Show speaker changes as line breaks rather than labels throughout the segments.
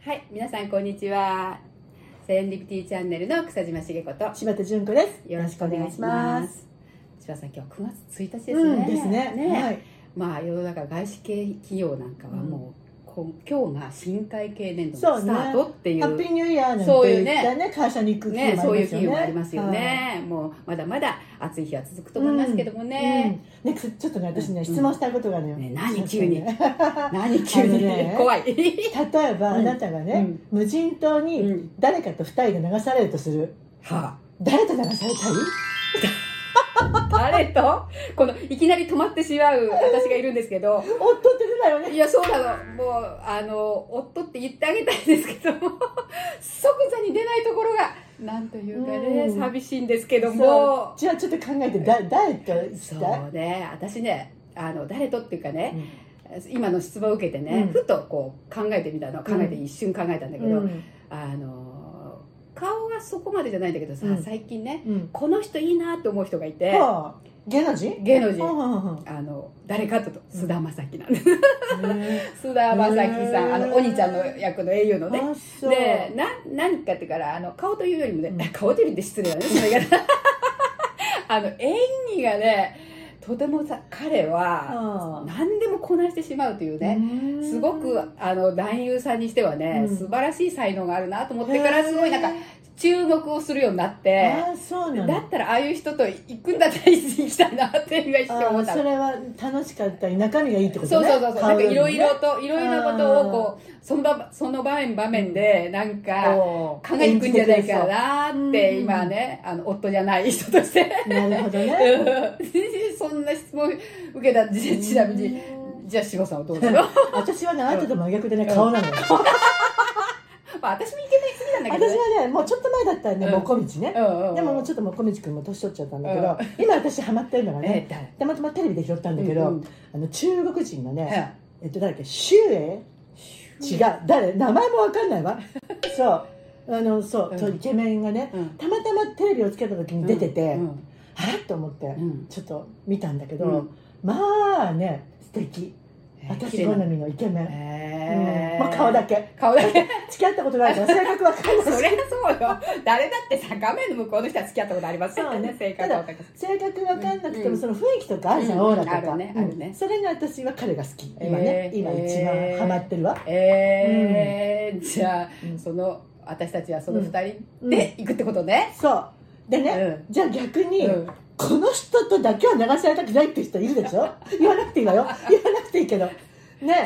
はい、皆さんこんにちは。セレンディピティチャンネルの草島茂子と
柴田純子です。
よろしくお願いします。柴田さん、今日9月1日ですね。
うん、ですね。はい。
まあ世の中外資系企業なんかはもう、こ今日が新会系年度
そ
の
う
ス
ね
タートっていう。
ハッピーニューイヤーなんて
そういう
言っ
ね
たね、会社に行く
ね、そういう企業もありますよ。
はい
ね、もうまだまだ暑い日は続くと思いますけどもね、
うん、ね、ちょっとね、私
うん
ね、質問したいことがあるのよ。
ね何急に
例え
何急に、
あの ね
怖い、
ば、
う
あ
ん
なたがね、無人島
うんう
に
ん
誰かと二人で流されるとする。
は
誰と流され
あ、誰とこのいきなり止まってしまう私がいるんですけど
たい。夫って出ないよね。
いやそうなのもうあの夫って言ってあげたいんですけども即座に出ないところがなんというかね、
うん
寂しいんですけど
そ
も
うじゃあ、ちょっと考えて、だ、誰と
そ
したい。
うね私ねあの誰とっていうかね
うん
今の質問を受けてね、
うん
ふとこう考えてみたの考えて
う
一瞬考えたんだけど、
うん
あの顔がそこまでじゃないんだけどさ、
うん
最近ね
うん。
この人いいなと思う人がいて、
はあ、芸能人。
芸能人、
はあはあは
あの誰かとと菅田将暉なんです、
あへ
菅田将暉さんあ
へ
の
ー
お兄ちゃんの役の英雄の
え
ね
あ、そう。
でな何かってからあの顔というよりもね、
うん
顔というよりって失礼だねその言い方 あの演技がねとてもさ彼は
はあ
何でもこなしてしまうというね、すごくあの男優さんにしてはね、
うん
素晴らしい才能があるなと思ってからすごいなんか注目をするようになって
ああそうなん
だったらああいう人と行くんだったら行きたいなって今一
あ
瞬思っ
ー
た
そ
の。
れは楽しかったり中身がいいってこ
そ
と
う
ね
そうそうそう、なんかいろいろといろいろなことをこうその場その場面場面でなんか
考
考えていくんじゃないかなって今ねあの夫じゃない人として
なるほどね
うん そんな質問受けたんで ちなみに
うん
じゃあ志保さんはどうなのま
私はねあなたと真逆でね
うん
顔なのよ私
あ私もいけない好きなんだけどね
はねもうちょっと前だったらね
うん
もこみちね
うんうんうん
でももうちょっともこみちくんも年取っちゃったんだけど今私ハマってるのがね
え誰
たまたまテレビで拾ったんだけ
う
ど
ん
あの中国人のね
え
えっと誰だっけ周英違う誰名前もわかんないわ そうあのそうそう
うん
イケメンがね
うん
たまたまテレビをつけた時に出てて、
うん
あらっと思って
うん
ちょっと見たんだけど、
うん
まあね素敵私好みのイケメン、
え
うん
ー
まあ、顔だけ
顔だけ
付き合ったことないから性格わかんない
そりゃそうよ誰だってさ画面の向こうの人は付き合ったことありますよ
そう
ね
ね
性格は分かる
性格わかんなくて
う
も
ん
その雰囲気とかあるじゃん、
うん
オーラとか
あるねあるね
うんそれが私は彼が好き今ね、
えー
今一番ハマってるわ、
えーじゃあ
うん
その私たちはその
うん
二人
うん
で行くってことね
そうで
う
ね、
ん
じゃあ逆に、
うん
この人とだけは流されたくないって人いるでしょ言わなくていいわよ言わなくていいけどね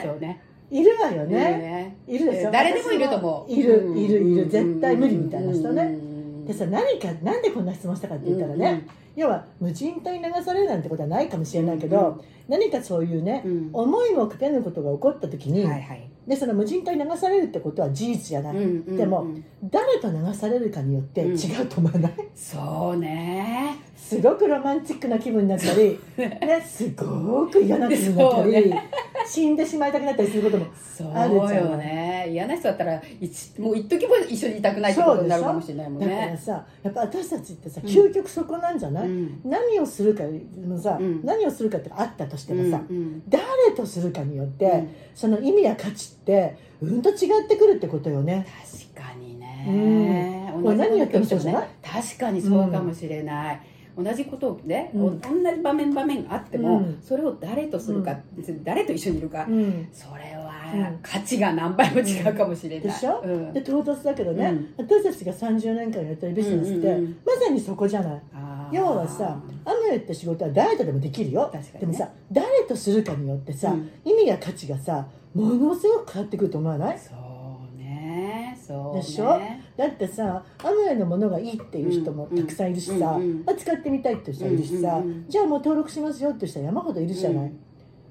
そうね
いるわ
い
よ
る
ね
ね
いるでしょ
誰でもいると思う
私もいる
うん
いるいる
うん
絶対無理みたいな人ね
うん
でさ何かなんでこんな質問したかって言ったらね、要は無人島に流されるなんてことはないかもしれないけど、何かそういうね
うんうん
思いもかけぬことが起こった時に、
はいはい
でその無人島に流されるってことは事実じゃない、でも
うん
誰と流されるかによって
うん
違うと思わない、
そうね
すごくロマンチックな気分になった り、ね、すごく嫌な気分になったり、
そう
死んでしまいたくなったりすることも
そう
あるじゃ
よ
な
ね嫌な人だったら一もう一時も一緒にいたくないってことになるかもしれないもん
だから
ね
さやっぱ私たちってさ
うん
究極そこなんじゃない、
うん
何をするかのさ、
うん
何をするかってあったとして
うん
もさ、
うん
誰とするかによって、
うん
その意味や価値ってうんと違ってくるってことよね。
確かにね、
ん
同じ
何やっても
こと
そう
を
じゃない
確かにそうかもしれない、同じことをね、
うん
同じ場面場面があっても、
うん
それを誰とするか、誰と一緒にいるか、
うん、
それ
う
は
ん
価値が何倍も違うかもしれない、
でしょ
うん
で唐突だけどね、私たちが30年間やってるビジネス
う
って、
んうんうん
まさにそこじゃない。
あー
要はさアムレって仕事は誰とでもできるよ、
確かにね
でもさ誰とするかによってさ、
うん
意味や価値がさものすごく変わってくると思わない
そうねそうね
でしょだってさアムレのものがいいっていう人もたくさんいるしさ、
うんうん
あ使ってみたいっていう人いるしさ、
うんうんうん
じゃあもう登録しますよっていう人は山ほどいるじゃない、
うん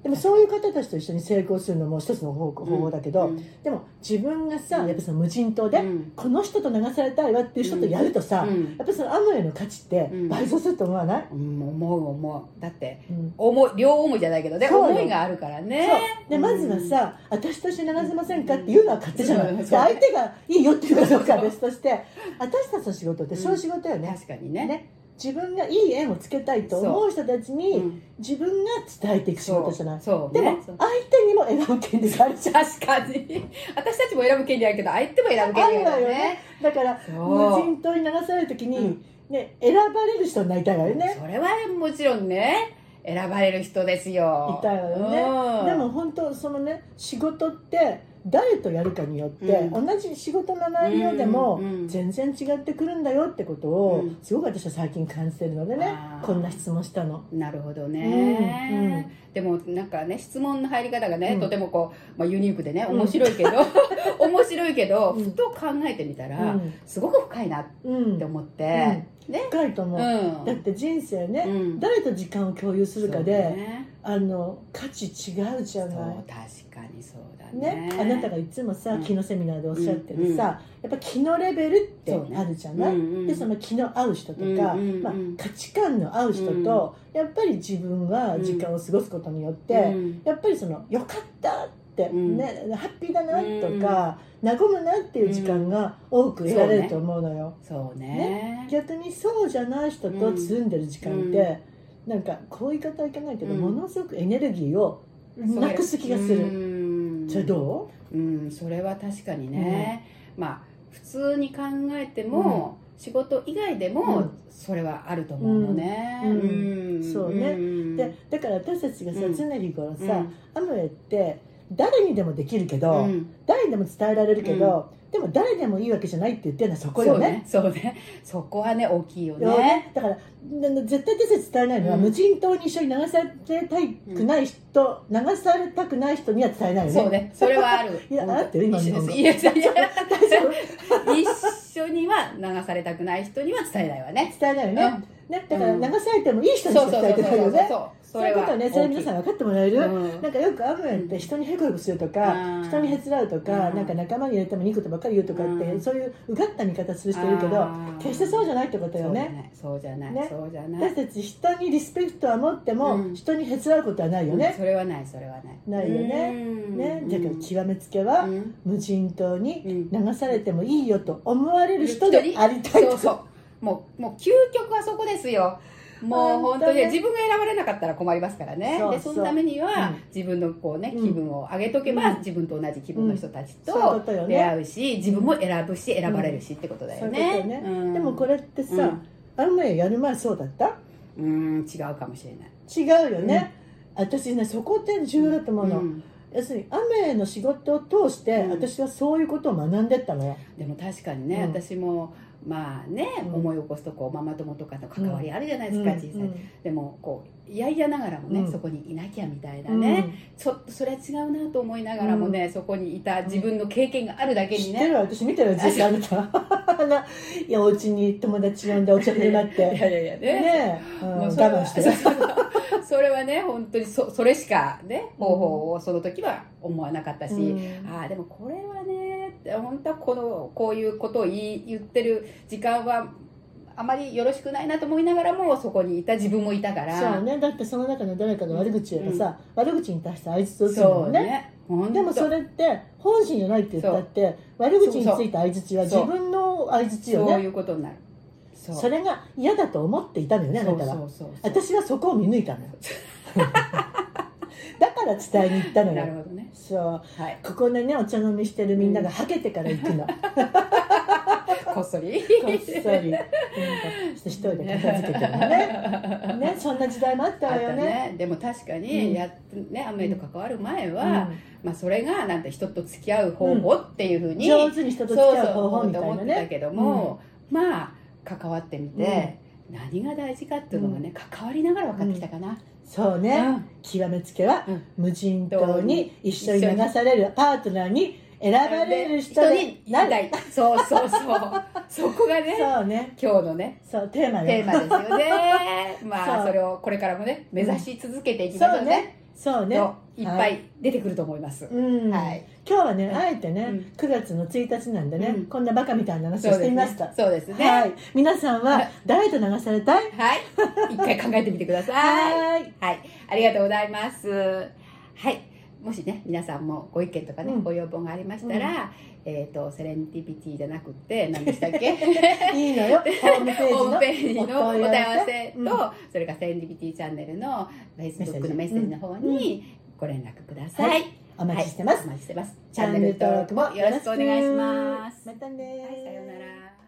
でもそういう方たちと一緒に成功するのも一つの方法方法だけど、
うん
でも自分がさ
うん
やっぱその無人島で、
うん
この人と流されたいわっていう人とやるとさ、
うん
やっぱそのアムレの価値って
うん
倍増すると思わない、
うん思う思うだって
うん
思い両思いじゃないけどね
そうよ
思いがあるからね
そうでまずはさ、私として流せませんかっていうのは勝手じゃな
う
い、
ん
で
そう
相手がいいよっていうかどうかは
そう
別として私たちの仕事ってそういう仕事よ
うん
ね,、
確かにね
ね自分がいい縁をつけたいと思う人たち
う
に
ん
自分が伝えていく仕事じゃない
そう
でも
ねそう
相手にも選ぶ権利があるじゃん
確かに 私たちも選ぶ権利あるけど相手も選ぶ権利あるよね
だから無
そう
人島に流される時に、
うん
ね、選ばれる人になりたいわよね
それはもちろんね選ばれる人ですよ
いたいわよね
うん
でも本当そのね仕事って誰とやるかによって、
うん
同じ仕事の内容でも
うんうん
全然違ってくるんだよってことを、
うん
すごく私は最近感じてるのでね
あー
こんな質問したの。
なるほど
うんう
ね
ん、
でもなんかね質問の入り方がね、
うん
とてもこう、まあ、ユニークでね
うん
面白いけど、 面白いけど、
うん
ふと考えてみた
う
ら、
ん
すごく深いなっ
うん
て思って、ね
深いと
う
思う、
ん
だって人生ね、
うん
誰と時間を共有するかで、
そうね
あの価値違うじ
そ
ゃ
う
な
確
い
かにそうだね
ね、あなたがいつもさ
うん
気のセミナーでおっしゃってるさ、やっぱ気のレベルって
そうね
あるじゃない、
うんうん
でその気の合う人とか、
うんうんうん
まあ、価値観の合う人と、やっぱり自分は時間を過ごすことによって、
うん
やっぱりその「よかった!」って、
うん
ねハッピーだな」とか、和むなっていう時間が多く得られると思うのよ。
そうね
逆にそうじゃない人とつるんでる時間って、なんかこういう言い方はいかないけど、
うん
ものすごくエネルギーを
そう
なくす気がする。
うん
それどう
うん、それは確かにね、まあ普通に考えても、仕事以外で
う
も
ん
それはあると思うのね、
うん
うん
そうね
ん
でだから私たちがさ、
うん
常日頃
う
さ、
ん
アムウェイって誰にでもできるけど、
うん
誰にでも伝えられるけど、でも誰でもいいわけじゃないって言ってるのはそこ
そ
よ
う
ね。
ねそうねそこはね大きいよ
よね
ね
だからなな絶対私たち伝えないのは、
うん
無人島に一緒に流されたくない人、流されたくない人には伝えないよね。
そうねそれはある
いやあってる今
一緒
の
ですいやいやいや
大丈夫
一緒には流されたくない人には伝えないわね
伝えないよね,、ねだから
うん
流されてもいい
そ
人
うそう
にしか
そう
伝えてないよね。
そう
そういうことはねそれ皆さん
ん
分かってもらえる、
うん
なんかよくアムウェイって人にへこへこするとか、
うん
人にへつらうとか、
うん
なんか仲間に入れてもいいことばっかり言うとかって、
うん
そういううがった見方する人いるけど
あー
決してそうじゃないってことよね
そうじゃない
ね
そうじゃない、そうじゃない
私たち人にリスペクトは持っても、
うん
人にへつらうことはないよ
うん
ね、
それはないそれはない
ないよね
うん
ねだけど
う
極めつけは、
んうん
無人島に
うん
流されてもいいよと思われる人でありたい
そうそうもうもう究極はそこですよもう
本
本
当
当
に
に自分が選ばれなかったら困りますからね
そう
で
そう
そのためには、
うん
自分のこうね
うん
気分を上げとけば、
うん
自分と同じ気分の人たち
うんそういう
と
ことよね
出会うし、自分も選ぶし選ばれるしってことだよね,
そういう
うん、
ことよでもこ
れ
れってさ、アムウェイやる前そうだった
うん、うん違うかもしれない
違うよね、私ねそこって重要だと思うの、
うん
要するに雨の仕事を通して、
うん
私はそういうことを学んでったのよ、
でも確かにね、
うん
私もまあね、
うん
思い起こすとこうママ友とかの関わりあるじゃないですか、
うん
小さい、でもこういやいやながらもね、
うん
そこにいなきゃみたいな
うん
ね、ちょっとそれは違うなと思いながらもね、そこにいた自分の経験があるだけ
知
に
って
ね、
るわ私見てるわ実際あなた あのいやお家に友達呼んでお茶になっ
い
て
やいやいやね
ねえ、うん
もう
我
それは
慢して
それはね本当にそそれしかね方法をその時は思わなかったし、
うん
ああでもこれはねって本当はこのこういうことを言い言ってる時間はあまりよろしくないなと思いながらもそこにいた自分もいたから
そうねだってその中の誰かの悪口言えばさ、悪口に対して相槌をする
そ
も
うんね
ね
本当
でもそれって本心じゃないって言ったって悪口についた相槌は自
そう
分の相槌よ
そう
ね
いうことになるそ
それが嫌だと思っていたのよねあなた
そ
は
うそうそう
私はそこを見抜いたのよだから伝えに行ったの
なる
よ
ほどね
そう
はい
ここでねお茶飲みしてるみんながはけてから行くの、こ
こっそり
っそりなんか一人で片付けてるのねねそんな時代もあった
あ
わ
っ
よ
た
ね
ねでも確か
うん
にやっ、ね、アメイと関わる前
う
は、
ん
まあ、それがなんて人と付き合う方法っていうふうに、
上手に人と付き合う方法みた
そうそう
い
思
な
ってた
ね
けども、まあ関わってみて、何が大事かっていうのがね、関わりながら分かってきたかな、
そうね、
うん
極めつけは、
うん
無人島に一緒に流されるパートナーに選ばれる人に
人
な
な
る
りたいそうそうそうそこがね
そうね
今日のね
そうテーマ
テ
よ
ーマですよねまあ
そう
それをこれからもね目指し続けていきましょうね,、
そうね
といっぱい出てくると思います、
うん
はい
今日はねあえてね、
うん
9月の1日なんでね、
うん
こんなバカみたいな話をしてみました、
そうですねそうですね
はい皆さんは誰と流されたい
はい。一回考えてみてください。
はい
はい。ありがとうございます。はい。もしね皆さんもご意見とかね、
うん
ご要望がありましたら、えっ、とセレンディピティじゃなくて何でしたっ け
いいのよ。ホームペー ジ
ホー
の
ムページのお問い合わせと、
うん
それからセレンディピティチャンネルの Facebook のメ
メ
ッ
ッ
セ
セ
ー
ー
ジ
ジ
の方にご連絡ください、
はいお待ちしてます
はい。お待ちしてます
チャンネル登録もよろしく
お願いします
またねー
はい、さようなら